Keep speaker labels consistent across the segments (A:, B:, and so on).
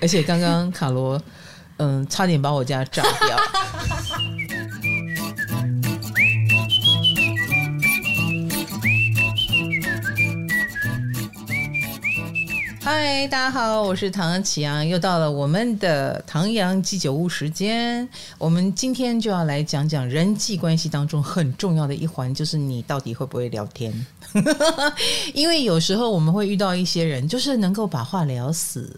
A: 而且刚刚卡罗，嗯，差点把我家炸掉。嗨，大家好，我是唐启阳，又到了我们的唐阳鸡酒屋时间。我们今天就要来讲讲人际关系当中很重要的一环，就是你到底会不会聊天。 因为有时候我们会遇到一些人，就是能够把话聊死。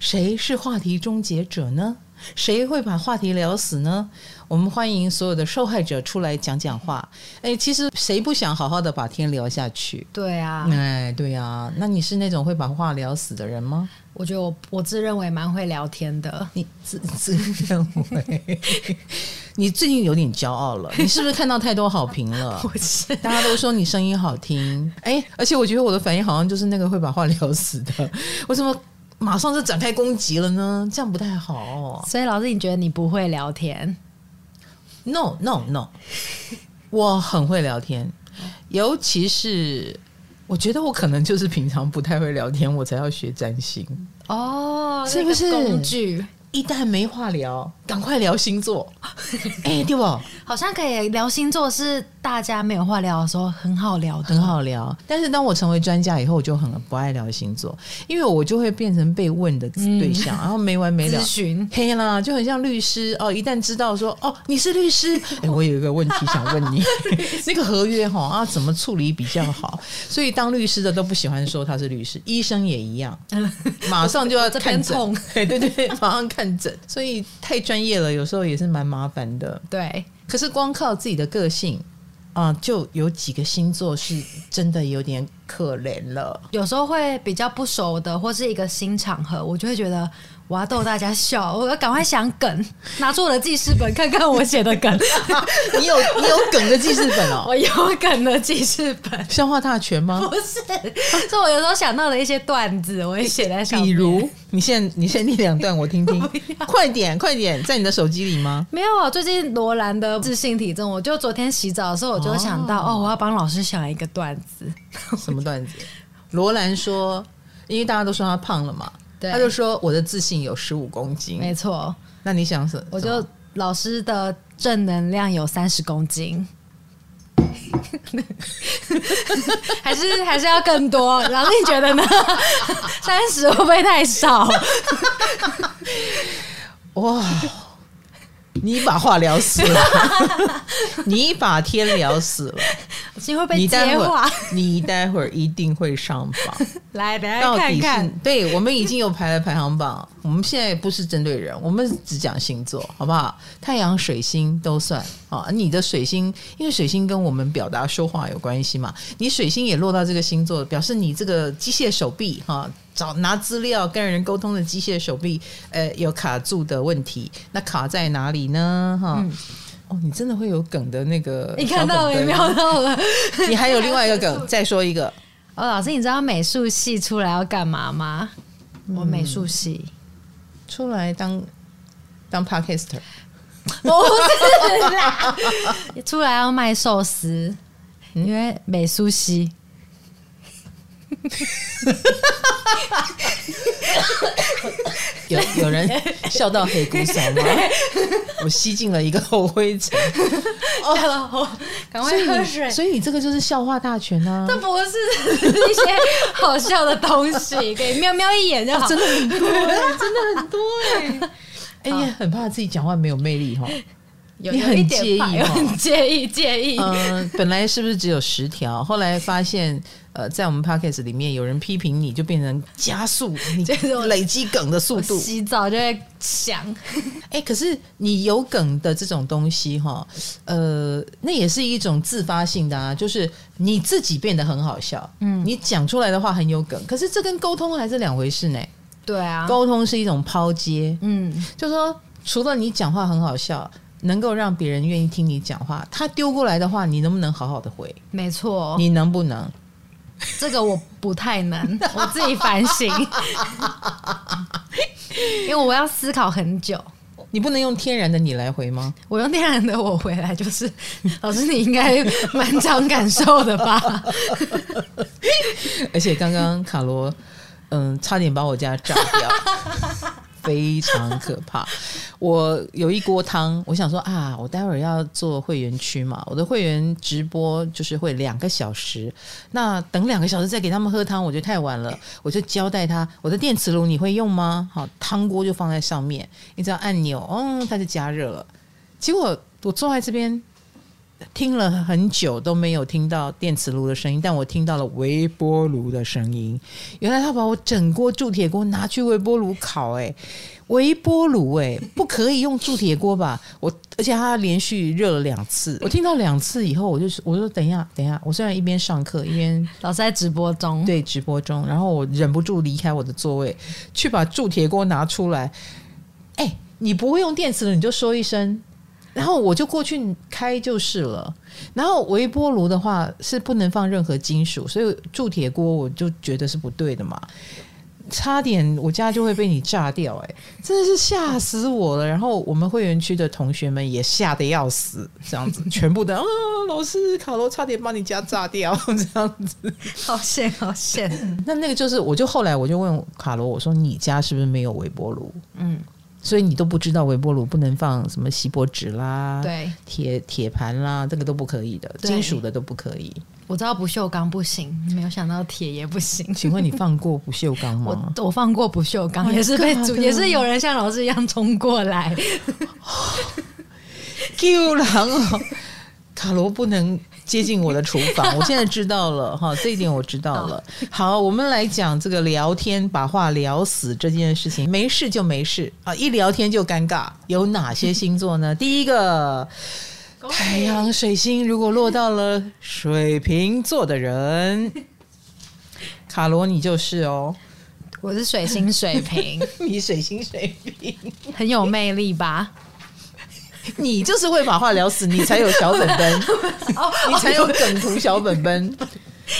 A: 谁是话题终结者呢？谁会把话题聊死呢？我们欢迎所有的受害者出来讲讲话。哎，其实谁不想好好的把天聊下去？
B: 对啊，
A: 哎，对呀、啊，那你是那种会把话聊死的人吗？
B: 我觉得我我自认为蛮会聊天的。
A: 你自自认为， 你最近有点骄傲了，你是不是看到太多好评 了？
B: 我是
A: 大家都说你声音好听， 哎、而且我觉得我的反应好像就是那个会把话聊死的， 为什么马上就展开攻击了呢？这样不太好、
B: 所以老师，你觉得你不会聊天？
A: No No No，我很会聊天，尤其是我觉得我可能就是平常不太会聊天，我才要学占星。
B: 哦
A: 是不是
B: 那个工具？
A: 一旦没话聊，赶快聊星座。 哎、对不？
B: 好像可以聊星座，是大家没有话聊的时候很好聊的。
A: 很好聊。但是当我成为专家以后，我就很不爱聊星座，因为我就会变成被问的对象，然后没完没了
B: 嗯 咨。询
A: 黑啦，就很像律师哦。一旦知道说哦，你是律师，哎、我有一个问题想问 你，那个合约哈啊，怎么处理比较好？所以当律师的都不喜欢说他是律师，医生也一样，马上就要
B: 嗯 这边
A: 看诊
B: 痛，
A: 对对对，马上看诊。所以太专业了，有时候也是蛮麻烦的。
B: 对，
A: 可是光靠自己的个性啊、就有几个星座是真的有点可怜了。
B: 有时候会比较不熟的，或是一个新场合，我就会觉得我要逗大家笑，我要赶快想 梗，拿出我的记事本看看我写的梗，
A: 你有你有梗的记事本哦，
B: 我有梗的记事本。
A: 消化大全吗？
B: 不是，是我有时候想到的一些段子，我也写在上面。
A: 比如，你现在你先念两段我听 听，快点快点，在你的手机里吗？
B: 没有啊，最近罗兰的自信体征，我就昨天洗澡的时候，我就想到哦我要帮老师想一个段子。
A: 嗯什么段子？罗兰说，因为大家都说她胖了嘛，
B: 对
A: 他就说我的自信有十五公
B: 没
A: 斤。
B: 错，
A: 那你想什？
B: 我
A: 什
B: 就
A: 么
B: 老师的正能量有三十公斤。 还是 还是要更多，老师你觉得呢？ 三十会不会太少？
A: 哇，你把话聊死了， 你把天聊死了。
B: 你会被
A: 你待
B: 接
A: 会
B: 话
A: 儿？， 你待会儿一定会上榜。
B: 来，等一
A: 到
B: 下
A: 底
B: 看
A: 是
B: 看。
A: 对我们已经有排了排行榜，我们现在不是针对人，我们只讲星座，好不好？太阳、水星都算啊。你的水星，因为水星跟我们表达说话有关系嘛，你水星也落到这个星座，表示你这个机械手臂哈、找拿资料跟人沟通的机械手臂，呃，有卡住的问题，那卡在哪里呢？哈、哦，你真的会有梗的那个，
B: 嗯你看到了，你瞄？到了。
A: 你还有另外一个梗，再说一个。
B: 哦，老师，你知道美术系出来要干嘛吗？
A: 嗯
B: 我美术系，
A: 出来当当 podcaster，
B: 不是啦，嗯出来要卖寿司，因为美苏西。
A: 有有人笑到黑姑嫂 吗？我吸进了一个厚灰 尘，
B: 哦，赶快喝水。
A: 所以你这个就是笑话大全啊！
B: 这不是 一些好笑的东西，给喵喵一眼就好。
A: 真的很多、 欸，真的很多哎、哎、你很怕自己讲话没有魅力哈。
B: 有
A: 你
B: 有
A: 很
B: 一点
A: 介意
B: 怕 有
A: 哦
B: 很介意，哦介意。
A: 嗯、本来是不是只有十条？后来发现，呃，在我们 podcast 里面有人批评你，就变成加速你
B: 就是我
A: 累积梗的速
B: 我
A: 度。
B: 洗澡就会想，
A: 哎、可是你有梗的这种东西哈，呃，那也是一种自发性的啊，就是你自己变得很好笑，嗯，你讲出来的话很有梗，可是这跟沟通还是两回事呢。
B: 对啊，
A: 沟通是一种抛接，
B: 嗯，
A: 就说除了你讲话很好笑，能够让别人愿意听你讲话，他丢过来的话，你能不能好好的回？
B: 没错，
A: 你能不能？
B: 这个我不太 能，我自己反 省，因为我要思考很久。
A: 你不能用天然的你来回吗？
B: 我用天然的我回来就是， 老师你应该蛮常感受的吧？
A: 而且刚刚卡罗，嗯，差点把我家炸掉，非常可怕。我有一锅汤，我想说啊，我待会儿要做会员区嘛，我的会员直播就是会两个小时，那等两个小时再给他们喝汤，我觉得太晚了，我就交代他，我的电磁炉你会用吗？好，汤锅就放在上面，你只要按钮，哦，它就加热了。结果我坐在这边听了很久都没有听到电磁炉的声音，但我听到了微波炉的声音。原来他把我整锅铸铁锅拿去微波炉烤、欸，哎，微波炉哎、不可以用铸铁锅吧？我而且他连续热了两次，我听到两次以后，我就我说等一下，等一下，我虽然一边上课一边
B: 老师在直播中，
A: 对直播中，然后我忍不住离开我的座位，去把铸铁锅拿出来。哎、你不会用电磁炉，你就说一声，然后我就过去开就是了。然后微波炉的话是不能放任何金属，所以铸铁锅我就觉得是不对的嘛。差点我家就会被你炸掉、哎，真的是吓死我了。然后我们会员区的同学们也吓得要死，这样子，全部的啊，老师烤楼差点把你家炸掉，这样子。
B: 好险好险！
A: 那那个就是，我就后来我就问卡罗，我说你家是不是没有微波炉？
B: 嗯，
A: 所以你都不知道微波炉不能放什么锡箔纸啦，，
B: 对，
A: 铁铁盘啦，这个都不可以的，
B: 对
A: 金属的都不可以。
B: 我知道不锈钢不行，没有想到铁也不行。
A: 请问你放过不锈钢吗
B: 我？我放过不锈钢，
A: Oh My
B: 也是被
A: God
B: 煮，也是有人像老师一样冲过来，
A: 救狼哦，卡罗不能。接近我的厨房，我现在知道了 哈，这一点我知道了。好，我们来讲这个聊天把话聊死这件事情，没事就没事啊，一聊天就尴尬。有哪些星座 呢？第一个太阳、水星如果落到了水瓶座的人， 卡罗你就是哦，
B: 我是水星水瓶，
A: 你水星水瓶，
B: 很有魅力吧？
A: 你就是会把话聊死，你才有小本 本，你才 哦有梗图小本本，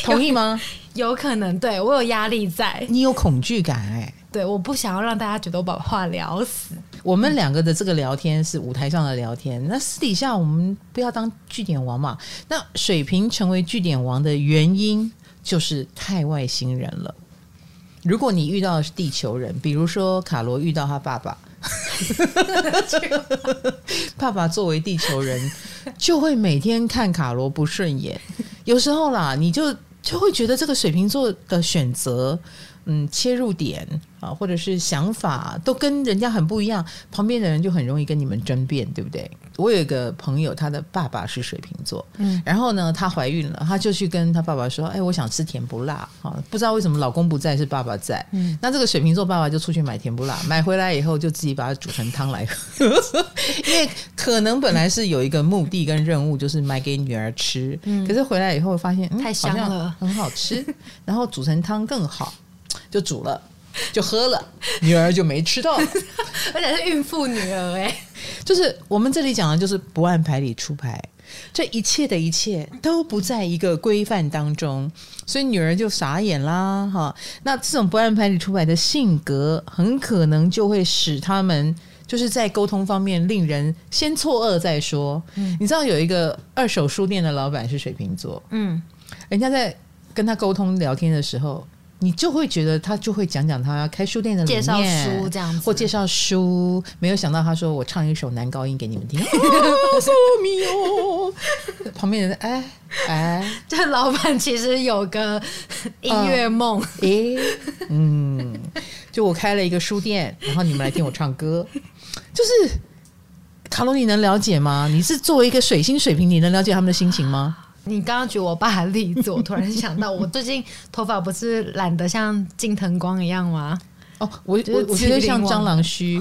A: 同意吗？
B: 有可能对我有压力在，
A: 你 有恐惧感哎、
B: 对，我不想要让大家觉得我把话聊死。
A: 我们两个的这个聊天是舞台上的聊天，那私底下我们不要当据点王嘛。那水瓶成为据点王的原因就是太外星人了。如果你遇到的是地球人，比如说卡罗遇到他爸 爸，爸爸作为地球人，就会每天看卡罗不顺眼。有时候啦，你就就会觉得这个水瓶座的选择，嗯，切入点啊，或者是想法都跟人家很不一样，旁边的人就很容易跟你们争辩，对不对？我有一个朋友，他的爸爸是水瓶座，嗯，然后呢，她怀孕了，她就去跟她爸爸说：“哎，我想吃甜不辣。”哈，不知道为什么老公不在，是爸爸在。嗯，那这个水瓶座爸爸就出去买甜不辣，买回来以后就自己把它煮成汤来喝， 因为可能本来是有一个目的跟任务，就是买给女儿吃，可是回来以后发现、嗯、
B: 太香
A: 好像
B: 了
A: 很好吃，然后煮成汤更好，就煮了。就喝了，女儿就没吃到。
B: 而且是孕妇女儿哎、
A: 就是我们这里讲的，就是不按牌理出牌，这一切的一切都不在一个规范当中，所以女儿就傻眼啦，哈。那这种不按牌理出牌的性格，很可能就会使他们。就是在沟通方面令人先错愕再说。你知道有一个二手书店的老板是水瓶座，
B: 嗯，
A: 人家在跟他沟通聊天的时候，你就会觉得他就会讲讲他开书店的理
B: 介
A: 念
B: 绍书这样子，
A: 或介绍书，没有想到他说我唱一首男高音给你们听，啊嗦咪哦，旁边人哎哎
B: 这老板其实有个
A: 嗯
B: 音乐梦，
A: 诶，哎嗯，就我开了一个书店，然后你们来听我唱歌，就是卡罗，你能了解吗？你是作为一个水星水平，你能了解他们的心情吗？
B: 你刚刚举我爸的例子，我突然想到，我最近头发不是染得像近藤光一样吗？
A: 哦，我
B: 就是
A: 我我觉得
B: 麒麟
A: 像
B: 王
A: 蟑螂须，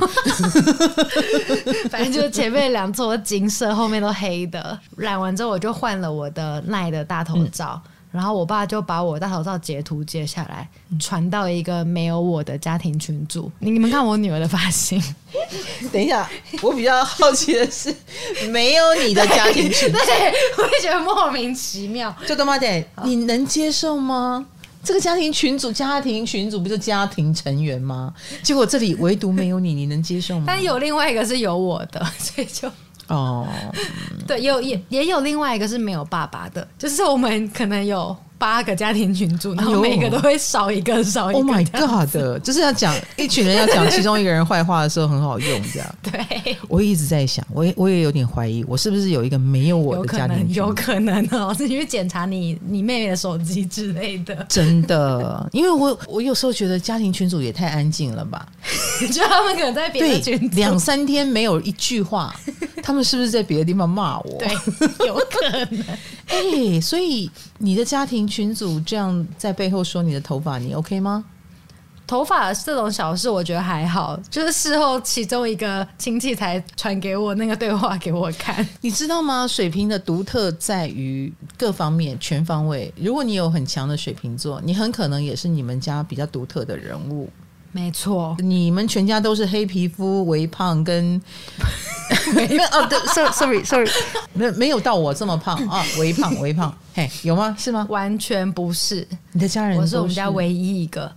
B: 反正就是前面两撮金色，后面都黑的。染完之后，我就换了我的奈的大头照。
A: 嗯
B: 然后我爸就把我大头照截图截下来，
A: 嗯
B: 传到一个没有我的家庭群组。你们看我女儿的发型，
A: 等一下，我比较好奇的是，没有你的家庭群
B: 对，我也觉得莫名其妙。
A: 就他妈的，你能接受吗？这个家庭群组，家庭群组不就家庭成员吗？结果这里唯独没有你，你能接受 吗？
B: 但有另外一个是有我的，所以就
A: 哦，
B: 对，有也也有另外一个是没有爸爸的，就是我们可能有八个家庭群组，然
A: 哎呦
B: 后每个都会少一个少一个。
A: Oh my god！就是要讲一群人要讲其中一个人坏话的时候很好用，这 样。
B: 对，
A: 我一直在想，我也我也有点怀疑，我是不是有一个没有我
B: 有
A: 的
B: 可
A: 家庭
B: 能，
A: 群
B: 有可能哦，是你去检查你你妹妹的手机之类的，
A: 真的，因为我我有时候觉得家庭群组也太安静了吧？
B: 就他们可能在别
A: 对
B: 的群，组，
A: 两三天没有一句 话，他们是不是在别的地方骂我？
B: 对，有可能。
A: 哎、所以你的家庭群组这样在背后说你的头发，你 OK 吗？
B: 头发这种小事，我觉得还好，就是事后其中一个亲戚才传给我那个对话给我看。
A: 你知道吗？水瓶的独特在于各方面全方位。如果你有很强的水瓶座，你很可能也是你们家比较独特的人物。
B: 没错，
A: 你们全家都是黑皮肤、微胖 跟没有哦，对，sorry sorry sorry，没有没有到我这么胖啊，微胖微胖，嘿，有吗？是吗？
B: 完全不是，
A: 你的家人
B: 我
A: 都
B: 是
A: 是
B: 我们家唯一一个。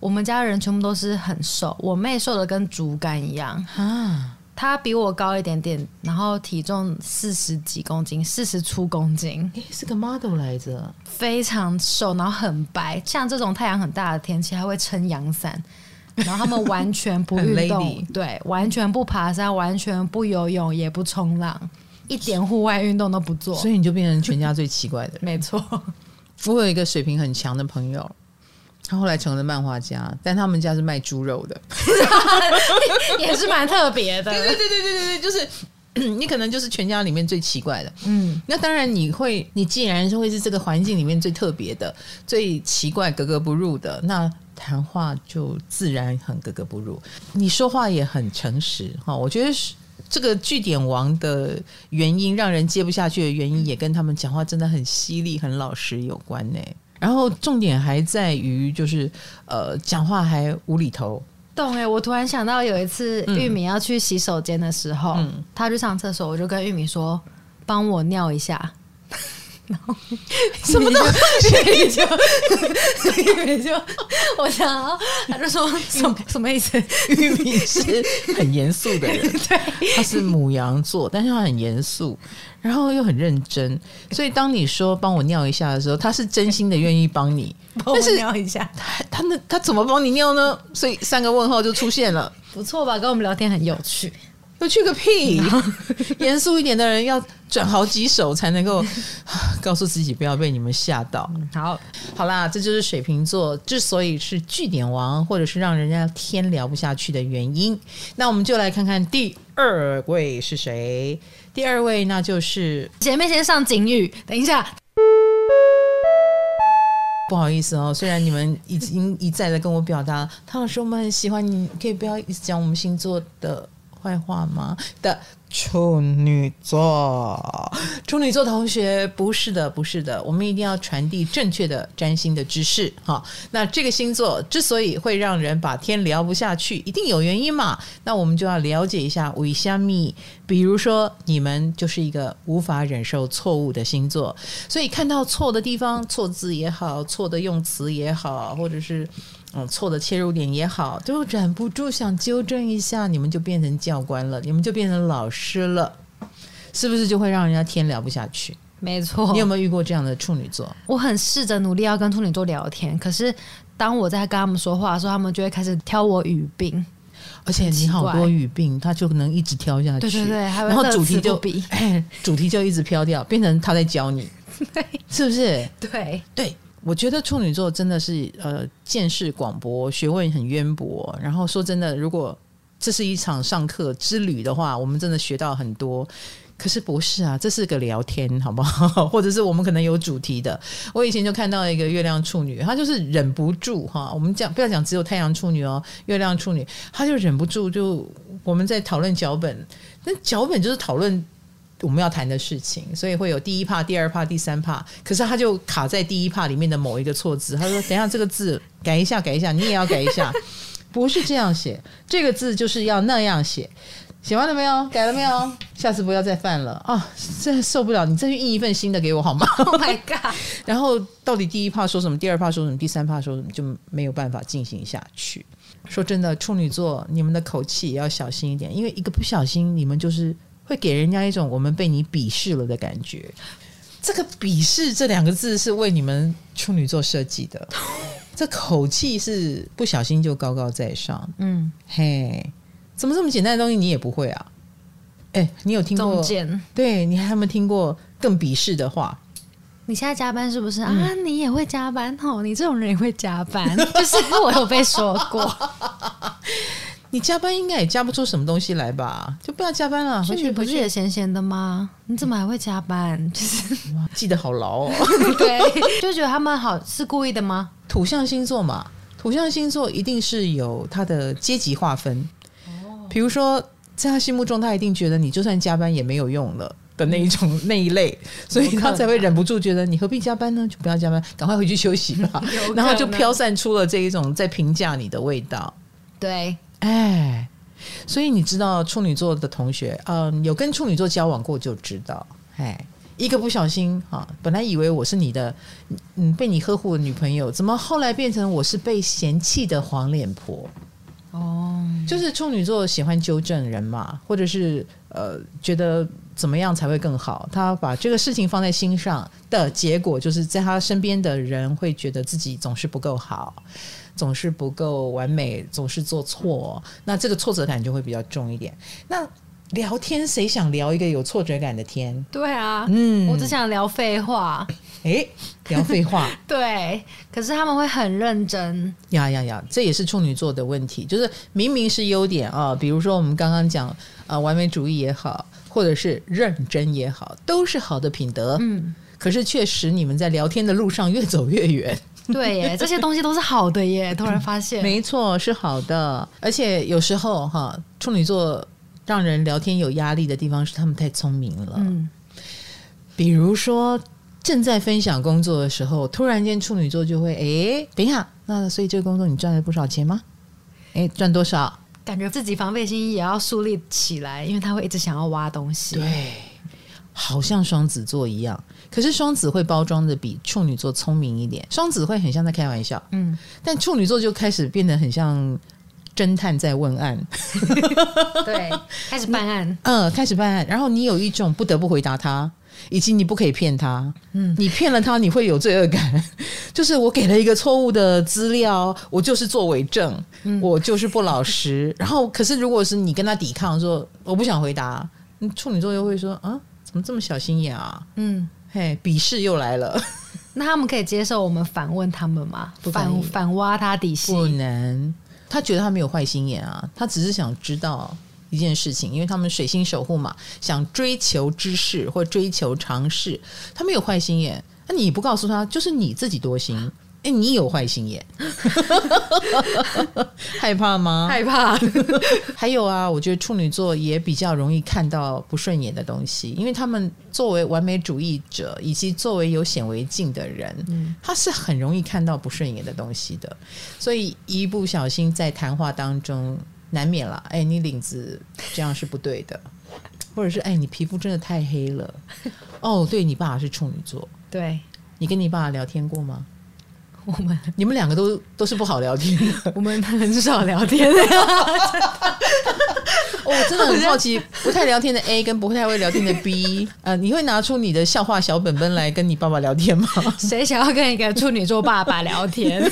B: 我们家人全部都是很瘦，我妹瘦的跟竹竿一样，
A: 啊，
B: 她比我高一点点，然后体重四十几公斤，四十出公斤，
A: 诶，是个 model 来着，
B: 非常瘦，然后很白。像这种太阳很大的天气，她会撑阳伞，然后他们完全 不
A: 很
B: 运
A: lady
B: 动，对，完全不爬山，完全不游泳，也不冲浪，一点户外运动都不做
A: 所。以你就变成全家最奇怪的人。
B: 没错，
A: 我有一个水平很强的朋友，他后来成了漫画家，但他们家是卖猪肉的。
B: 也是蛮特别的。
A: 对对对对对，就是 你可能就是全家里面最奇怪的。
B: 嗯，
A: 那当然，你会，你既然是会是这个环境里面最特别的、最奇怪、格格不入的，那谈话就自然很格格不入。你说话也很诚实哈、我觉得是这个据点王的原因，让人接不下去的原因，也跟他们讲话真的很犀利、很老实有关呢、然后重点还在于，就是呃，讲话还无厘头，
B: 懂哎、我突然想到有一次玉米要去洗手间的时候，
A: 嗯
B: 他去上厕所，我就跟玉米说：“帮我尿一 下。”
A: 什么东西？
B: 玉米就我想要，他就说什么什么意 思？
A: 玉米是很严肃的人，对，他是母羊座，但是他很严肃，然后又很认真，所以当你说帮我尿一下的时候，他是真心的愿意帮你，
B: 帮
A: 但
B: 我
A: 是
B: 尿一下，
A: 他他那他怎么帮你尿呢？所以三个问号就出现了，
B: 不错吧？跟我们聊天很有趣。
A: 有去个屁！ 严肃一点的人要转好几手才能够 告诉自己不要被你们吓到。
B: 好，
A: 好啦，这就是水瓶座之所以是据点王，或者是让人家天聊不下去的原因。那我们就来看看第二位是谁。第二位那就是
B: 姐妹先上警语，等一下，
A: 不好意思哦，虽然你们已经一再的跟我表达，唐老师我们很喜欢你，可以不要一直讲我们星座的坏话吗？的处女座，处女座同学，不是的，不是的，我们一定要传递正确的占星的知识哈。那这个星座之所以会让人把天聊不下去，一定有原因嘛。那我们就要了解一下为虾米，比如说你们就是一个无法忍受错误的星座，所以看到错的地方，错字也好，错的用词也好，或者是嗯错的切入点也好，就忍不住想纠正一下，你们就变成教官了，你们就变成老师了，是不是就会让人家天聊不下去？
B: 没错
A: 你有没有遇过这样的处女座？
B: 我很试着努力要跟处女座聊天，可是当我在跟他们说话的时候，他们就会开始挑我语病。
A: 而且你好
B: 很奇
A: 多
B: 怪
A: 语病，他就能一直挑下去，
B: 对对对还会
A: 然后主题
B: 乐此
A: 就
B: 不 疲
A: 主题就一直飘掉，变成他在教 你，是不是？
B: 对，
A: 对，我觉得处女座真的是呃见识广博，学问很渊博。然后说真的，如果这是一场上课之旅的话，我们真的学到很多。可是不是啊，这是个聊天，好不好？或者是我们可能有主题的。我以前就看到一个月亮处女，她就是忍不住哈。我们讲不要讲只有太阳处女哦，月亮处女，她就忍不住就我们在讨论脚本，那脚本就是讨论我们要谈的事情，所以会有第一帕、第二帕、第三帕。可是他就卡在第一帕里面的某一个错字，他说：“等一下这个字改一下，改一下，你也要改一下， 不是这样写，这个字就是要那样写。”写完了没有？改了没有？下次不要再犯了啊！真受不了，你再去印一份新的给我好吗？
B: Oh my god！
A: 然后到底第一怕说什么，第二怕说什么，第三怕说什么，就没有办法进行下去。说真的，处女座，你们的口气也要小心一点，因为一个不小心，你们就是会给人家一种我们被你鄙视了的感觉。这个“鄙视”这两个字是为你们处女座设计的，这口气是不小心就高高在上。
B: 嗯，
A: 嘿，怎么这么简单的东西你也不会啊？哎、你有听
B: 中
A: 过？
B: 间。
A: 对你还有没有听过更鄙视的话？
B: 你现在加班是不是、啊？你也会加班哦，你这种人也会加 班，就是我有被说过，
A: 你加班应该也加不出什么东西来吧？就不要加班了，
B: 所
A: 回
B: 以你
A: 去
B: 不是也闲闲的吗？你怎么还会加班？就是
A: 哇记得好牢哦。
B: 对， 就觉得他们好是故意的吗？
A: 土象星座嘛，土象星座一定是有它的阶级划分。比如说，在他心目中，他一定觉得你就算加班也没有用了的那一 种、那一类，所以
B: 有可
A: 他
B: 能
A: 才会忍不住觉得你何必加班呢？就不要加班，赶快回去休息吧。
B: 有可能
A: 然后就飘散出了这一种在评价你的味道。
B: 对，
A: 哎，所以你知道处女座的同学，嗯，有跟处女座交往过就知道，哎，一个不小心哈、本来以为我是你的，嗯，被你呵护的女朋友，怎么后来变成我是被嫌弃的黄脸婆？
B: 哦，
A: 就是处女座喜欢纠正人嘛，或者是呃，觉得怎么样才会更好？他把这个事情放在心上的结果，就是在他身边的人会觉得自己总是不够好，总是不够完美，总是做错，那这个挫折感就会比较重一点。那聊天谁想聊一个有挫折感的天？
B: 对啊，
A: 嗯
B: 我只想聊废话，
A: 诶，聊废话。
B: 对，可是他们会很认真，
A: 呀呀呀！这也是处女座的问题，就是明明是优点啊，比如说我们刚刚讲啊，完美主义也好，或者是认真也好，都是好的品德。
B: 嗯，
A: 可是确实你们在聊天的路上越走越远。
B: 对耶， 这些东西都是好的耶，突然发现，
A: 没错，是好的。而且有时候哈、处女座让人聊天有压力的地方是他们太聪明了。
B: 嗯，
A: 比如说正在分享工作的时候，突然间处女座就会诶，等一下，那所以这个工作你赚了不少钱吗？诶，赚多少？
B: 感觉自己防备心也要树立起来，因为他会一直想要挖东西，
A: 对，好像双子座一样，可是双子会包装的比处女座聪明一点，双子会很像在开玩笑，
B: 嗯，
A: 但处女座就开始变得很像侦探在问案，
B: 对，开始办 案，
A: 嗯，开始办案，然后你有一种不得不回答他。以及你不可以骗他，嗯，你骗了他，你会有罪恶感。 就是我给了一个错误的资料，我就是做伪证，我就是不老实。然后，可是如果是你跟他抵抗说我不想回答，嗯处女座又会说啊，怎么这么小心眼啊？
B: 嗯。
A: 嘿，鄙视又来了，
B: 那他们可以接受我们反问他们吗？
A: 不可以
B: 反反挖他底
A: 不
B: 细，
A: 能。他觉得他没有坏心眼啊，他只是想知道一件事情，因为他们水星守护嘛，想追求知识或追求尝试，他没有坏心眼。那你不告诉他，就是你自己多心。哎，你有坏心眼， 害怕吗？
B: 害怕。
A: 还有啊，我觉得处女座也比较容易看到不顺眼的东西，因为他们作为完美主义者，以及作为有显微镜的人，
B: 嗯
A: 他是很容易看到不顺眼的东西的。所以一不小心在谈话当中，难免啦，哎，你领子这样是不对 的，或者是哎，你皮肤真的太黑了。哦，对你爸是处女座，
B: 对
A: 你跟你爸聊天过吗？
B: 我们，
A: 你们两个都都是不好聊天的。
B: 我们很少聊 天，
A: 哦我、真的很好 奇，不太聊天的 A 跟不太会聊天的 B，呃，你会拿出你的笑话小本本来跟你爸爸聊天 吗？
B: 谁想要跟一个处女座爸爸聊天？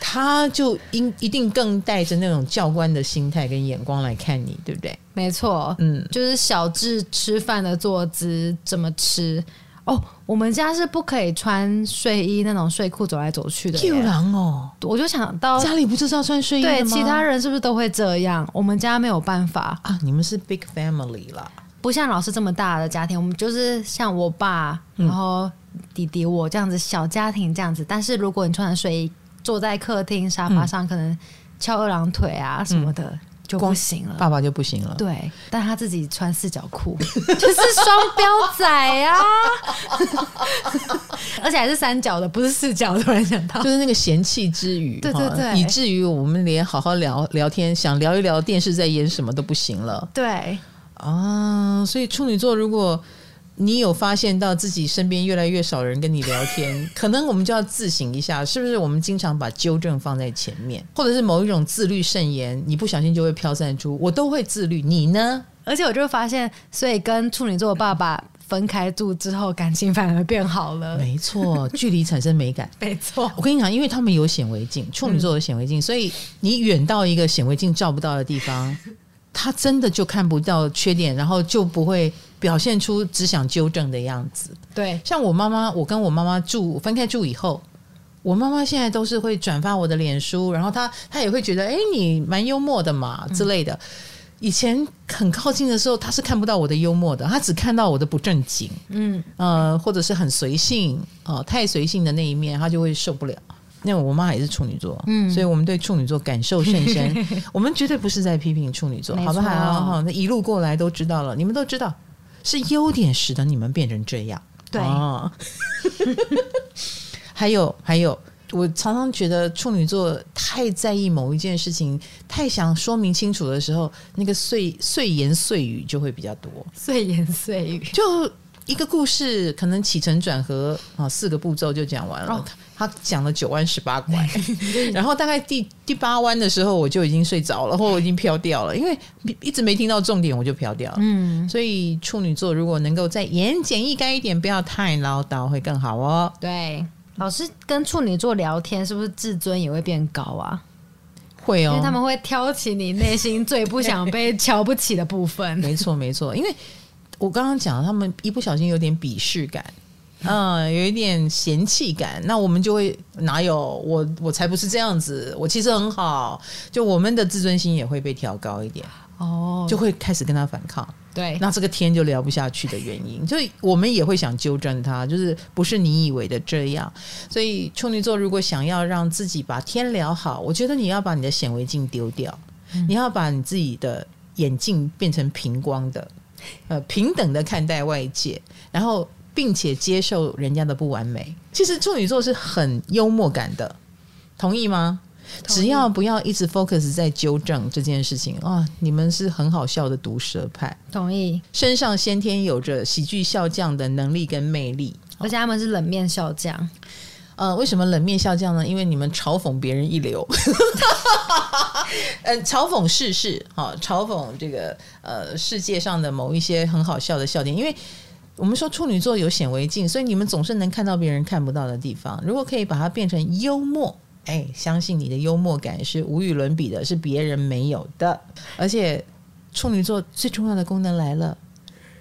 A: 他就应一定更带着那种教官的心态跟眼光来看你，对不对？
B: 没错，
A: 嗯，
B: 就是小智吃饭的坐姿怎么吃。哦，我们家是不可以穿睡衣那种睡裤走来走去的耶。
A: 救狼哦，
B: 我就想到，
A: 家里不就是要穿睡衣的
B: 对
A: 吗？
B: 其他人是不是都会这样？我们家没有办法。
A: 啊，你们是 big family 啦，
B: 不像老师这么大的家庭，我们就是像我爸，然后弟弟我这样子小家庭这样子。但是如果你穿着睡衣坐在客厅沙发上，可能翘二郎腿啊什么的、就不行了。
A: 爸爸就不行了。
B: 对，但他自己穿四角裤， 就是双标仔啊， 而且还是三角的，不是四角。突然想到，
A: 就是那个嫌弃之语，
B: 对对
A: 哈
B: 对
A: 以至于我们连好好聊聊天，想聊一聊电视在演什么都不行了。
B: 对，
A: 啊，所以处女座如果你有发现到自己身边越来越少人跟你聊 天，可能我们就要自省一下，是不是我们经常把纠正放在前面，或者是某一种自律慎言，你不小心就会飘散出我都会自律，你呢？
B: 而且我就发现，所以跟处女座爸爸分开住之后，感情反而变好了。
A: 没错，距离产生美感。
B: 没错，
A: 我跟你讲，因为他们有显微镜，处女座有显微镜，所以你远到一个显微镜照不到的地 方，他真的就看不到缺点，然后就不会表现出只想纠正的样子。
B: 对，
A: 像我妈妈，我跟我妈妈住分开住以后，我妈妈现在都是会转发我的脸书，然后她她也会觉得，哎、你蛮幽默的嘛之类的。以前很靠近的时候，她是看不到我的幽默的，她只看到我的不正经，
B: 嗯，
A: 呃，或者是很随性，呃，太随性的那一面，她就会受不了。那我妈也是处女座，嗯，所以我们对处女座感受甚深。 我们绝对不是在批评处女座，
B: 没
A: 好不好？
B: 错
A: 哈，那一路过来都知道了，你们都知道是优点使得你们变成这样。
B: 对，
A: 哦、还有还有，我常常觉得处女座太在意某一件事情，太想说明清楚的时候，那个碎碎言碎语就会比较多。
B: 碎言碎语。
A: 就一个故事，可能起承转合啊，四个步骤就讲完了。
B: 哦
A: 他他讲了九弯十八 拐， 然后大概第第八弯的时候，我就已经睡着了，或我已经飘掉了，因为一直没听到重点，我就飘掉了。
B: 嗯，
A: 所以处女座如果能够再言简意赅一点，不要太唠叨，会更好哦。
B: 对。老师跟处女座聊天，是不是自尊也会变高啊？
A: 会
B: 因
A: 哦
B: 为，他们会挑起你内心最不想被瞧不起的部 分。
A: 没错没错，因为我刚刚讲了，他们一不小心有点鄙视感。嗯，有一点嫌弃感，那我们就会哪有我我才不是这样子，我其实很好，就我们的自尊心也会被调高一点，
B: 哦，
A: 就会开始跟他反抗，
B: 对，
A: 那这个天就聊不下去的原因， 所以我们也会想纠正他，就是不是你以为的这样。所以处女座如果想要让自己把天聊好，我觉得你要把你的显微镜丢掉，
B: 嗯
A: 你要把你自己的眼镜变成平光的，呃，平等的看待外界，然后并且接受人家的不完美。其实处女座是很幽默感的，同意吗？
B: 同意
A: 只要不要一直 focus 在纠正这件事情啊，你们是很好笑的毒舌派。
B: 同意。
A: 身上先天有着喜剧笑匠的能力跟魅力。
B: 而且他们是冷面笑匠，
A: 呃，为什么冷面笑匠呢？因为你们嘲讽别人一流， 呃，嘲讽世事，哈、嘲讽这个呃世界上的某一些很好笑的笑点。因为我们说处女座有显微镜，所以你们总是能看到别人看不到的地方。如果可以把它变成幽默，哎，相信你的幽默感是无与伦比的，是别人没有的。而且处女座最重要的功能来了，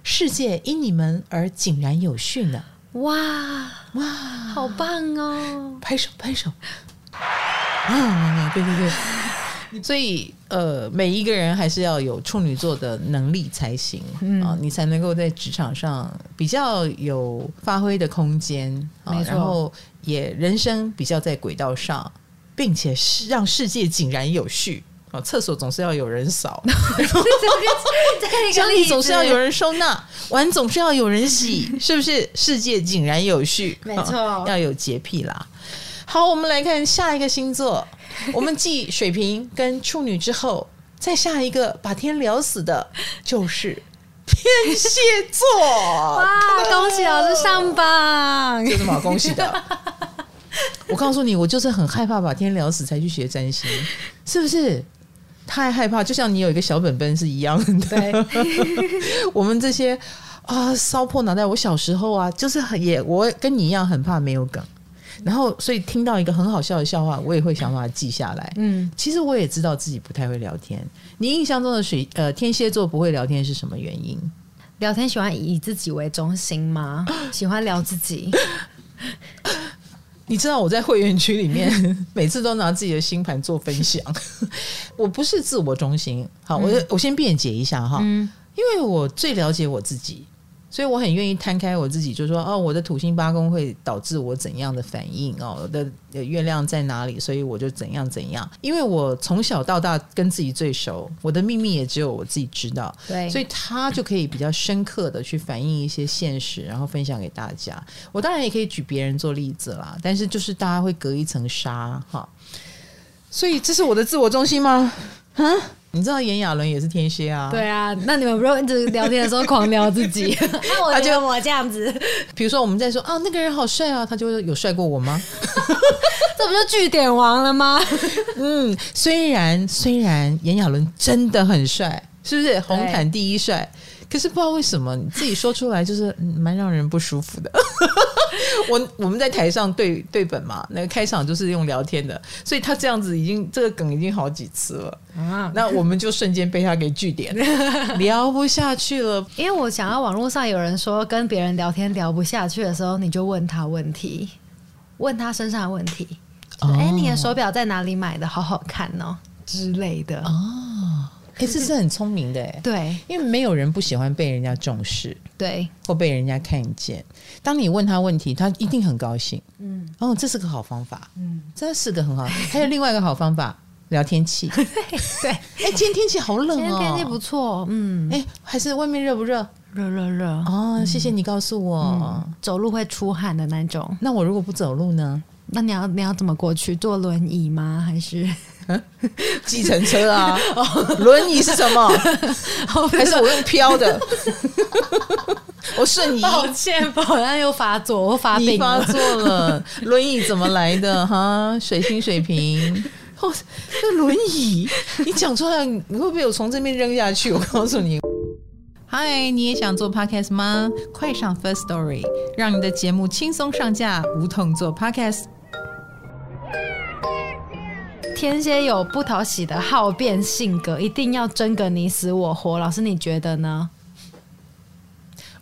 A: 世界因你们而井然有序呢。
B: 哇哇，好棒 哦！
A: 拍手拍手。啊，对对对， 所以呃，每一个人还是要有处女座的能力才行、啊，你才能够在职场上比较有发挥的空间啊
B: 没，错
A: 然后也人生比较在轨道上，并且是让世界井然有序啊，厕所总是要有人扫，
B: 这个
A: 家里总是要有
B: 人
A: 人收 纳，碗总是要有人洗，是不是？世界井然有序，
B: 没错
A: 啊 要有洁癖啦。好，我们来看下一个星座， 我们继水瓶跟处女之后，再下一个把天聊死的 就是天蝎座。
B: 哇！恭喜老师上榜，
A: 有什么好恭喜的？ 我告诉你，我就是很害怕把天聊死才去学占星，是不是？太害怕，就像你有一个小本本是一样的。 我们这些啊，烧破脑袋。我小时候啊，就是很也我跟你一样很怕没有梗，然后所以听到一个很好笑的笑话，我也会想把它记下来。
B: 嗯，
A: 其实我也知道自己不太会聊天。你印象中的水呃天蝎座不会聊天是什么原因？
B: 聊天喜欢以自己为中心吗？喜欢聊自己，
A: 你知道我在会员区里面 每次都拿自己的星盘做分享， 我不是自我中心。好，我、我先辩解一下
B: 嗯
A: 哈，因为我最了解我自己，所以我很愿意摊开我自己，就说哦，我的土星八宫会导致我怎样的反应哦，我的呃月亮在哪里，所以我就怎样怎样。因为我从小到大跟自己最熟，我的秘密也只有我自己知道，
B: 对
A: 所以他就可以比较深刻的去反映一些现实，然后分享给大家。我当然也可以举别人做例子啦，但是就是大 家会隔一层纱哈。所以这是我的自我中心吗？啊，你知道炎亚纶也是天蝎啊，
B: 对啊，那你们不用一直聊天的时候狂聊自 己？那我觉得我这样子，
A: 比如说我们在说啊那个人好帅啊，他就会有帅过我吗？
B: 这不就据点王了吗？
A: 嗯，虽然虽然炎亚纶真的很帅，是不是红毯第一帅？可是不知道为什么你自己说出来就是嗯蛮让人不舒服的。 我我们在台上对对本嘛，那个开场就是用聊天的，所以他这样子已经这个梗已经好几次了，
B: 啊，
A: 那我们就瞬间被他给据 点，聊不下去了。
B: 因为我想要网络上有人说跟别人聊天聊不下去的时候，你就问他问题，问他身上的问题，哎、诶你的手表在哪里买的？好好看哦之类的。
A: 哎、这是很聪明的哎，
B: 对
A: 因为没有人不喜欢被人家重视。
B: 对，
A: 或被人家看见。当你问他问题，他一定很高兴。
B: 嗯
A: 哦，这是个好方法，
B: 嗯，
A: 这是个很好。还有另外一个好方法，聊天气。哎、
B: 对，
A: 今天天气好冷
B: 今天
A: 哦。
B: 天气不错，嗯，
A: 哎、还是外面热不热？
B: 热热热，
A: 哦，谢谢你告诉我。
B: 走路会出汗的那种。
A: 那我如果不走路呢？
B: 那你要你要怎么过去？坐轮椅吗？还是
A: 计程车 啊，轮椅是什 么？
B: 哦
A: 还是我用飘的？我瞬移。
B: 抱歉，好像又发作，我发
A: 你
B: 病
A: 发
B: 了。
A: 作 了，轮椅怎么来的？哈，水星水瓶。 哦，这轮椅，你讲出来，你会不会有从这边扔下去？我告诉你。嗨，你也想做 podcast 吗？快上 First Story，让你的节目轻松上架，无痛做 podcast。
B: 天蝎有不讨喜的好变性格，一定要争个你死我活。老师，你觉得呢？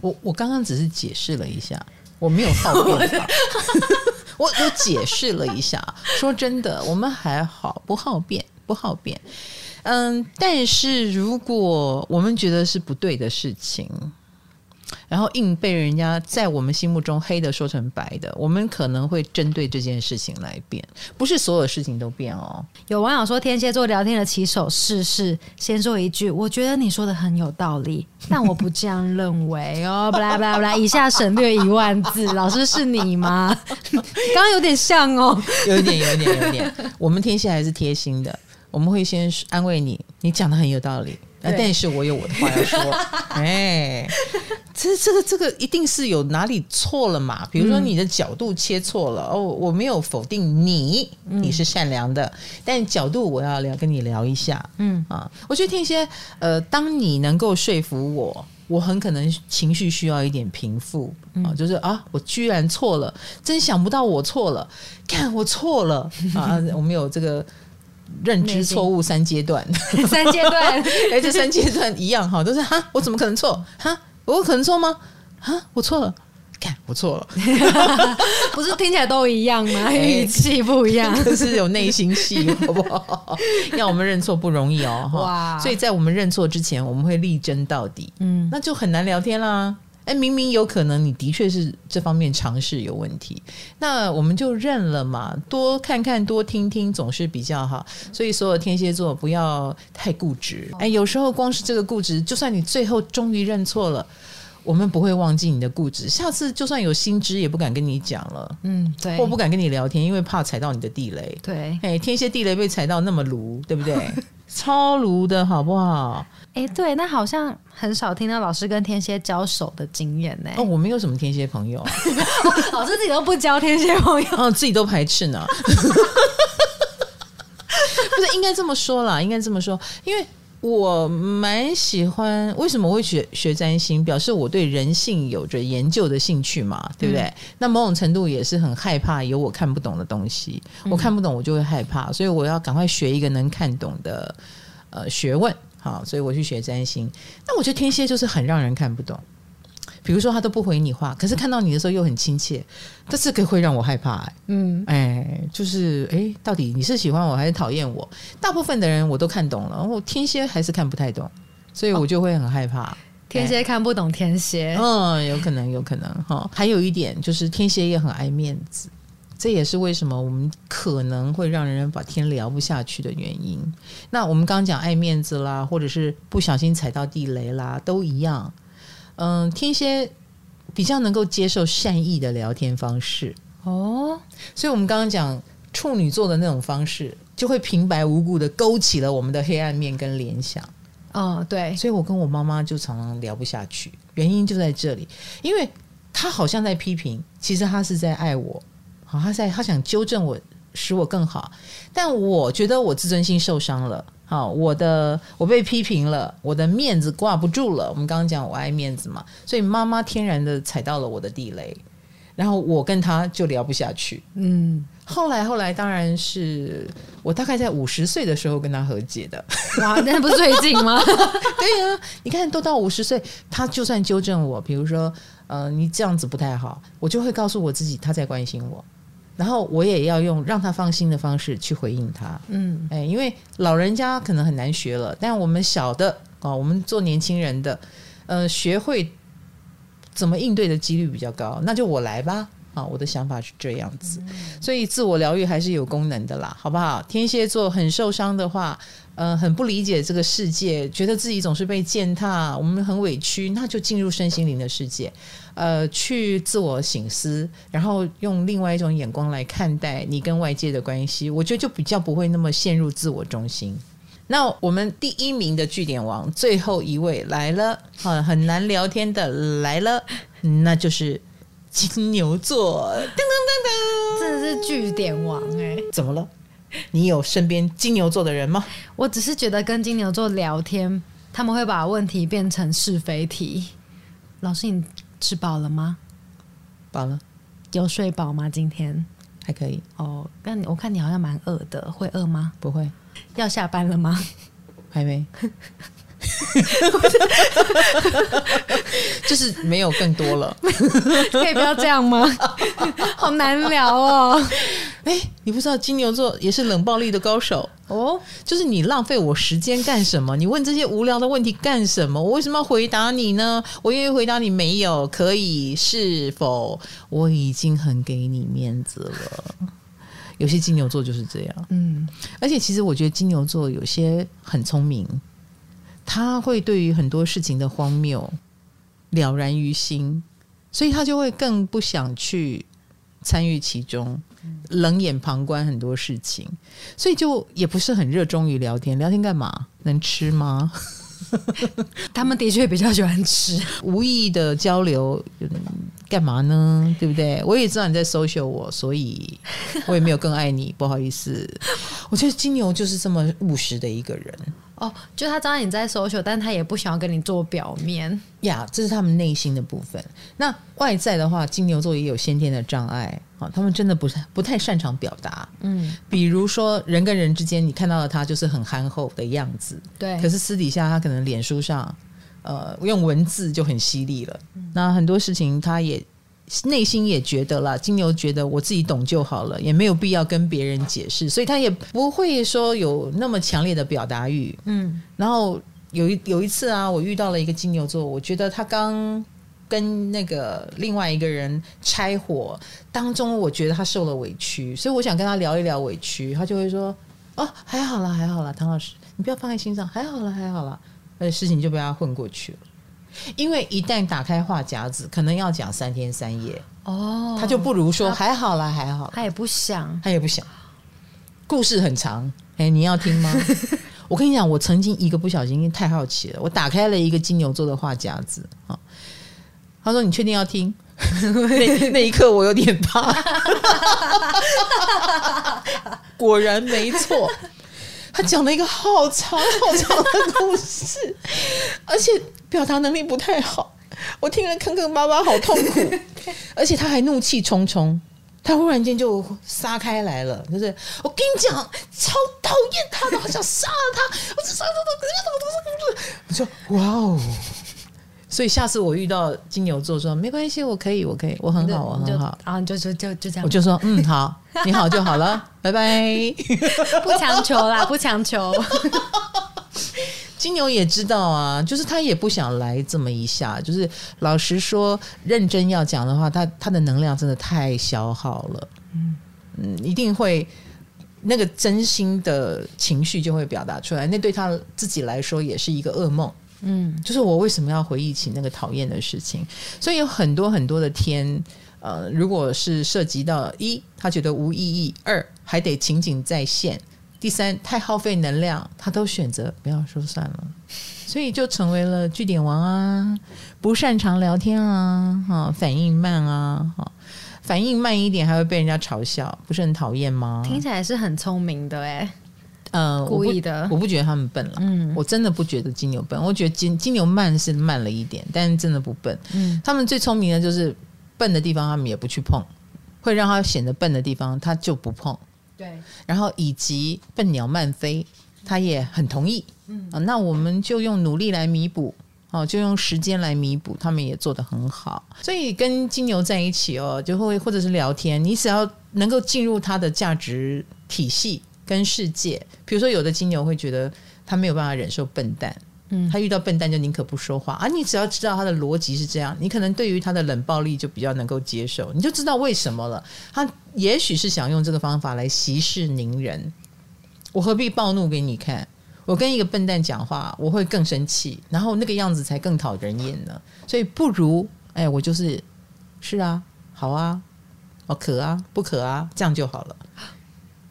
A: 我我刚刚只是解释了一下，我没有好辩法。啊我我解释了一下，说真的，我们还好，不好辩，不好辩。嗯，但是如果我们觉得是不对的事情，然后硬被人家在我们心目中黑的说成白的，我们可能会针对这件事情来辩，不是所有事情都辩哦。
B: 有网友说，天蝎座聊天的起手式是先说一句：“我觉得你说的很有道理， 但我不这样认为哦。”不啦不啦不啦，以下省略一万字。老师是你吗？ 刚刚有点像哦。
A: 有一点，有一点，有一点。我们天蝎还是贴心的，我们会先安慰你，你讲的很有道理，啊
B: 对
A: 但是我有我的话要说。哎，这这个这个一定是有哪里错了嘛？比如说你的角度切错了，哦，我没有否定你，你是善良的，但角度我要聊跟你聊一下。
B: 嗯
A: 啊，我觉得天蝎，呃，当你能够说服我，我很可能情绪需要一点平复啊，就是啊，我居然错了，真想不到我错了，看我错了啊，我们有这个认知错误三阶段，
B: 三阶段，
A: 哎，这三阶段一样哈，都是哈，我怎么可能错？哈，我有可能错吗？哈，我错了，看我错了，
B: 不是听起来都一样吗？
A: 哎
B: 语气不一样。
A: 可是有内心 戏，好不好？要我们认错不容易哦，哈
B: 哇
A: 所以在我们认错之前，我们会力争到底。
B: 嗯，
A: 那就很难聊天啦。哎，明明有可能你的确是这方面尝试有问题，那我们就认了嘛，多看看多听听总是比较好。所以所有天蝎座不要太固执，
B: 哦
A: 哎，有时候光是这个固执，就算你最后终于认错了。我们不会忘记你的固执，下次就算有心知也不敢跟你讲了，
B: 嗯，对
A: 或，不敢跟你聊天，因为怕踩到你的地雷。
B: 对，
A: 哎，天蝎地雷被踩到那么炉，对不对？超炉的好不好？
B: 哎，对，那好像很少听到老师跟天蝎交手的经验呢、
A: 哦，我没有什么天蝎朋友啊。
B: 老师自己都不交天蝎朋友，
A: 嗯，自己都排斥呢。不是应该这么说啦，应该这么说，因为我蛮喜欢。为什么我会学学占星？表示我对人性有着研究的兴趣嘛，对不对？那某种程度也是很害怕有我看不懂的东西，我看不懂我就会害怕，所以我要赶快学一个能看懂的呃学问。好，所以我去学占星。那我觉得天蝎就是很让人看不懂。比如说他都不回你话，可是看到你的时候又很亲切，但这个会让我害怕、欸。
B: 嗯，
A: 哎，就是哎，到底你是喜欢我还是讨厌我？大部分的人我都看懂了，我天蝎还是看不太懂，所以我就会很害怕。
B: 天蝎看不懂天蝎，
A: 嗯，有可能，有可能哈。还有一点就是天蝎也很爱面子，这也是为什么我们可能会让人把天聊不下去的原因。那我们刚刚讲爱面子啦，或者是不小心踩到地雷啦，都一样。嗯，天蝎比较能够接受善意的聊天方式，
B: 哦，
A: 所以我们刚刚讲处女座的那种方式，就会平白无故的勾起了我们的黑暗面跟联想。
B: 嗯，对，
A: 所以我跟我妈妈就常常聊不下去，原因就在这里，因为她好像在批评，其实她是在爱我，好，她在她想纠正我，使我更好，但我觉得我自尊心受伤了。好，我的我被批评了，我的面子挂不住了。我们刚刚讲我爱面子嘛，所以妈妈天然的踩到了我的地雷，然后我跟她就聊不下去。
B: 嗯，
A: 后来后来当然是我大概在五十岁的时候跟她和解的，
B: 哇，那不是最近吗？
A: 对呀、你看都到五十岁，他就算纠正我，比如说，呃，你这样子不太好，我就会告诉我自己他在关心我，然后我也要用让他放心的方式去回应他。
B: 嗯，
A: 哎，因为老人家可能很难学了，但我们小的啊、哦我们做年轻人的，呃，学会怎么应对的几率比较高，那就我来吧。啊，我的想法是这样子，所以自我疗愈还是有功能的啦，好不好？天蝎座很受伤的话，呃，很不理解这个世界，觉得自己总是被践踏，我们很委屈，那就进入身心灵的世界，呃，去自我醒思，然后用另外一种眼光来看待你跟外界的关系，我觉得就比较不会那么陷入自我中心。那我们第一名的据点王，最后一位来了，啊，很难聊天的来了，那就是金牛座。
B: 真的是据点王哎、
A: 怎么了？你有身边金牛座的人吗？
B: 我只是觉得跟金牛座聊天，他们会把问题变成是非题。老师，你吃饱了吗？
A: 饱了，
B: 有睡饱吗？今天？
A: 还可以，
B: 哦，但我看你好像蛮饿的，会饿吗？
A: 不会，
B: 要下班了吗？
A: 还没。 就是没有更多了。
B: 可以不要这样吗？ 好难聊哦。
A: 哎、你不知道金牛座也是冷暴力的高手，
B: 哦，
A: 就是你浪费我时间干什么？你问这些无聊的问题干什么？我为什么要回答你呢？我愿意回答你没有，可以是否？我已经很给你面子了。有些金牛座就是这样。
B: 嗯，
A: 而且其实我觉得金牛座有些很聪明，他会对于很多事情的荒谬了然于心，所以他就会更不想去参与其中，冷眼旁观很多事情，所以就也不是很热衷于聊天。聊天干嘛？能吃吗？
B: 他们的确比较喜欢吃。
A: 无意义的交流。嗯干嘛呢？对不对？我也知道你在 social 我，所以我也没有更爱你，不好意思。我觉得金牛就是这么务实的一个人。
B: 哦，就他知道你在 social，但他也不想要跟你做表面。
A: 呀这是他们内心的部分。那外在的话，金牛座也有先天的障碍啊，他们真的不是不太擅长表达。
B: 嗯，
A: 比如说，人跟人之间，你看到的他就是很憨厚的样子，
B: 对
A: 可。是私底下他可能脸书上，呃，用文字就很犀利了。那很多事情他也内心也觉得啦，金牛觉得我自己懂就好了，也没有必要跟别人解释，所以他也不会说有那么强烈的表达欲。
B: 嗯，
A: 然后有一有一次啊，我遇到了一个金牛座，我觉得他刚跟那个另外一个人拆伙当中，我觉得他受了委屈，所以我想跟他聊一聊委屈，他就会说：“哦，还好啦，还好啦，唐老师，你不要放在心上，还好啦，还好啦。”呃，事情就被他混过去了。因为一旦打开话匣子，可能要讲三天三夜，
B: 哦，
A: 他就不如说还好啦，还好啦
B: 他也不想。
A: 他也不想。故事很长，哎、你要听吗？我跟你讲，我曾经一个不小心，因为太好奇了，我打开了一个金牛座的话匣子啊、他说：“你确定要听？” 那那一刻我有点怕，果然没错。他讲了一个好长好长的故事，而且表达能力不太好，我听了坑坑巴巴，好痛 苦。而且他还怒气冲冲，他忽然间就撒开来了，就是我跟你讲，超讨厌他的，好想杀了他，我就杀了他，怎么怎么怎么怎么，我就哇哦。所以下次我遇到金牛座说没关系，我可以，我可以，我很好，我
B: 你就
A: 很好，，
B: 然后你就就就就这样
A: 我，就说嗯好，你好就好了， 拜拜。
B: 不强求啦，不强 求。
A: 嗯金牛也知道啊，就是他也不想来这么一下。就是老实说，认真要讲的话，他他的能量真的太消耗了。嗯一定会那个真心的情绪就会表达出来，那对他自己来说也是一个噩梦。
B: 嗯，
A: 就是我为什么要回忆起那个讨厌的事情？所以有很多很多的天，呃，如果是涉及到一，他觉得无意义；二，还得情景再现；第三太耗费能量，他都选择不要说算了，所以就成为了据点王啊，不擅长聊天啊，哈、反应慢啊，哈、反应慢一点还会被人家嘲笑，不是很讨厌吗？
B: 听起来是很聪明的哎、
A: 呃，我不
B: 故意的嗯
A: 我不觉得他们笨了，我真的不觉得金牛笨，我觉得金金牛慢是慢了一点，但是真的不笨。
B: 嗯
A: 他们最聪明的就是笨的地方他们也不去碰，会让他显得笨的地方他就不碰，
B: 对，
A: 然后以及笨鸟慢飞，他也很同意。嗯、那我们就用努力来弥补。哦，就用时间来弥补，他们也做得很好。所以跟金牛在一起哦，就会或者是聊天，你只要能够进入他的价值体系跟世界。比如说，有的金牛会觉得他没有办法忍受笨蛋，
B: 嗯
A: 他遇到笨蛋就宁可不说话啊。你只要知道他的逻辑是这样，你可能对于他的冷暴力就比较能够接受，你就知道为什么了。他也许是想用这个方法来息事宁人，我何必暴怒给你看？我跟一个笨蛋讲话，我会更生气，然后那个样子才更讨人厌呢。所以不如，哎，我就是是啊，好啊，哦，可啊，不可啊，这样就好了。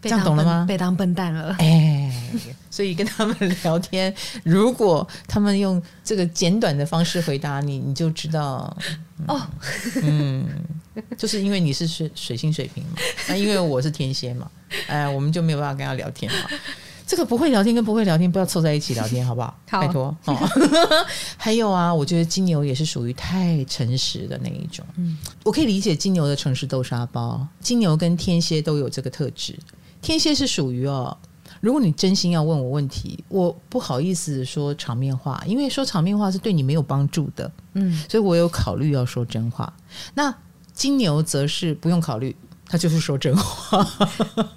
B: 被
A: 这样
B: 当
A: 懂了
B: 笨
A: 吗
B: 被当笨蛋了，
A: 哎， 所以跟他们聊天，如果他们用这个简短的方式回答你，你就知道
B: 哦，
A: 嗯，就是因为你是水水星水瓶嘛，那因为我是天蝎嘛，哎，我们就没有办法跟他聊天嘛。这个不会聊天跟不会聊天不要凑在一起聊天，好不好？
B: 好
A: 拜托。哦、还有啊，我觉得金牛也是属于太诚实的那一种。嗯，我可以理解金牛的诚实豆沙包。金牛跟天蝎都有这个特质。天蝎是属于哦，如果你真心要问我问题，我不好意思说场面话，因为说场面话是对你没有帮助的。
B: 嗯，
A: 所以我有考虑要说真话。那金牛则是不用考虑，他就是说真 话。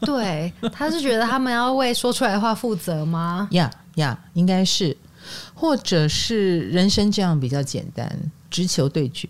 B: 对，他是觉得他们要为说出来的话负责吗？
A: 呀呀，应该是，或者是人生这样比较简单，直球对决。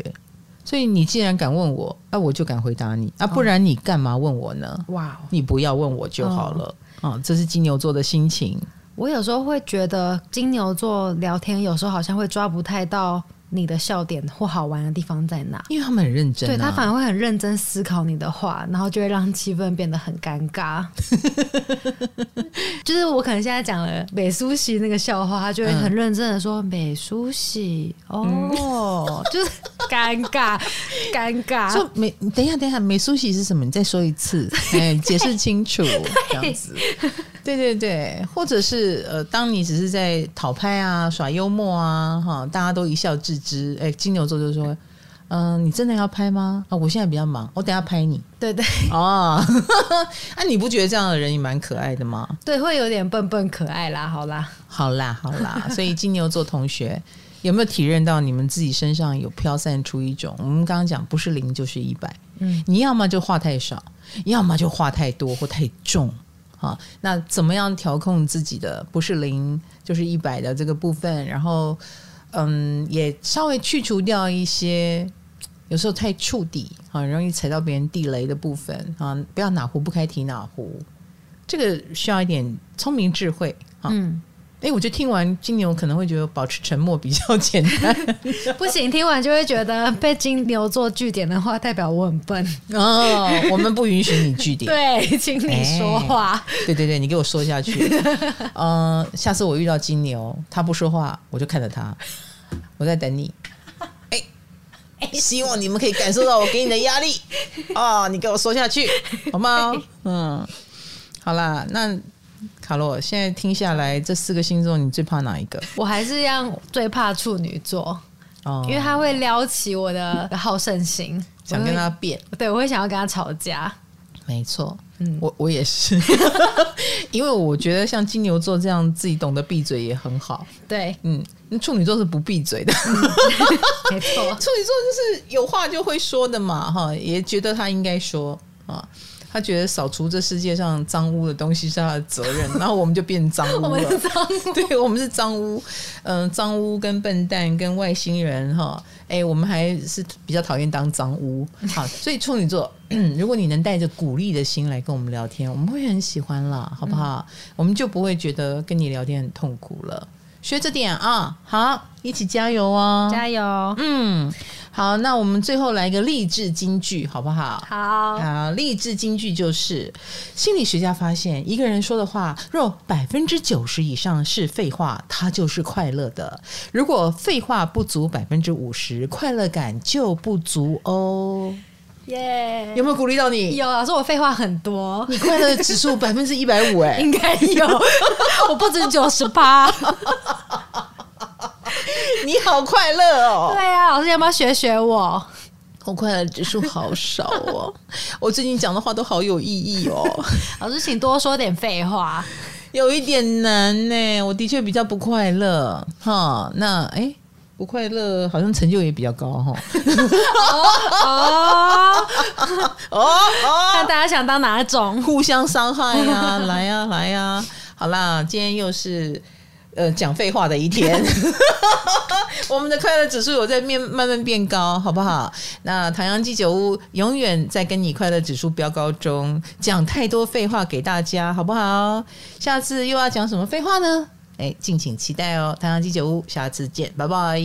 A: 所以你既然敢问我，啊，我就敢回答你啊，不然你干嘛问我呢？
B: 哇哦，
A: 你不要问我就好了。啊，这是金牛座的心情。
B: 我有时候会觉得金牛座聊天有时候好像会抓不太到你的笑点或好玩的地方在哪。
A: 因为他们很认真、啊，
B: 对他反而会很认真思考你的话，然后就会让气氛变得很尴尬。 就是我可能现在讲了美苏西那个笑话，他就会很认真的说、美苏西哦， 就是尴 尬尴尬。
A: 嗯说美，等一下，等一下，美苏喜是什么？你再说一 次，哎，解释清楚，这样子。对对对，或者是呃，当你只是在讨拍啊、耍幽默啊，哈，大家都一笑置之。哎，金牛座就说：“嗯、你真的要拍吗？啊、我现在比较忙，我等一下拍你。
B: 对对”
A: 哦， 啊，你不觉得这样的人也蛮可爱的吗？
B: 对，会有点笨笨可爱啦。好啦，
A: 好啦，好啦，所以金牛座同学有没有体认到你们自己身上有飘散出一种？我们刚刚讲不是零就是一百，
B: 嗯，
A: 你要么就话太少，要么就话太多或太重。啊，那怎么样调控自己的不是零就是一百的这个部分？然后，嗯，也稍微去除掉一些有时候太触底啊，很容易踩到别人地雷的部分啊，不要哪壶不开提哪壶，这个需要一点聪明智慧啊。
B: 嗯，
A: 哎、我觉得听完金牛可能会觉得保持沉默比较简单
B: 不行，听完就会觉得被金牛座据点的话，代表我很笨。
A: 哦。 我们不允许你据点，哎
B: 对，请你说话。
A: 对对对，你给我说下 去。嗯、下次我遇到金牛，他不说话，我就看着他，我在等你。哎、希望你们可以感受到我给你的压 力哦，你给我说下去好吗？
B: 哎
A: 嗯，好啦，那卡洛现在听下来，这四个星座你最怕哪一个？
B: 我还是一样最怕处女座，
A: 哦，
B: 因为他会撩起我的好胜心，
A: 想跟他辩。
B: 我会对我会想要跟他吵架。
A: 没错，
B: 嗯
A: 我我也是， 因为我觉得像金牛座这样自己懂得闭嘴也很好。
B: 对，
A: 嗯，那处女座是不闭嘴的，处
B: 嗯
A: 女
B: 没错，
A: 座就是有话就会说的嘛，哈，也觉得他应该说啊。他觉得扫除这世界上脏污的东西是他的责 任，然后 我们就变脏污
B: 我们
A: 了。
B: 知道
A: 对，我们是脏污，嗯、脏污跟笨蛋跟外星人哈，哎、我们还是比较讨厌当脏污。好，所以处女座， 如果你能带着鼓励的心来跟我们聊天，我们会很喜欢啦，好不好？我们就不会觉得跟你聊天很痛苦了。学着点啊，好，一起加油哦！
B: 加油。
A: 嗯，好，那我们最后来一个励志金句，好不好？
B: 好，
A: 啊，励志金句就是心理学家发现，一个人说的话若百分之九十以上是废话，他就是快乐的；如果废话不足百分之五十，快乐感就不足哦。
B: 耶、
A: 哎有没有鼓励到你？
B: 有老师，我废话很 多，
A: 你快乐的指数百分之一百五，哎，
B: 应该有， 我不止九 十八。
A: 你好快乐哦！
B: 对啊，老师要不要学学我？
A: 我快乐指数好少哦， 我最近讲的话都好有意义哦，
B: 老师，请多说点废话。
A: 有一点难呢。我的确比较不快乐哈，那哎。诶不快乐，好像成就也比较高哈。
B: 哦，
A: 哦哦，
B: 看大家想当哪 种？
A: 互相伤害呀、来呀、来呀、好啦，今天又是呃讲废话的一天，我们的快乐指数有在面慢慢变高，好不好？那唐阳鸡酒屋永远在跟你快乐指数飙高中，讲太多废话给大家，好不好？下次又要讲什么废话呢？哎，敬请期待哦！唐阳鸡酒屋，下次见，拜拜。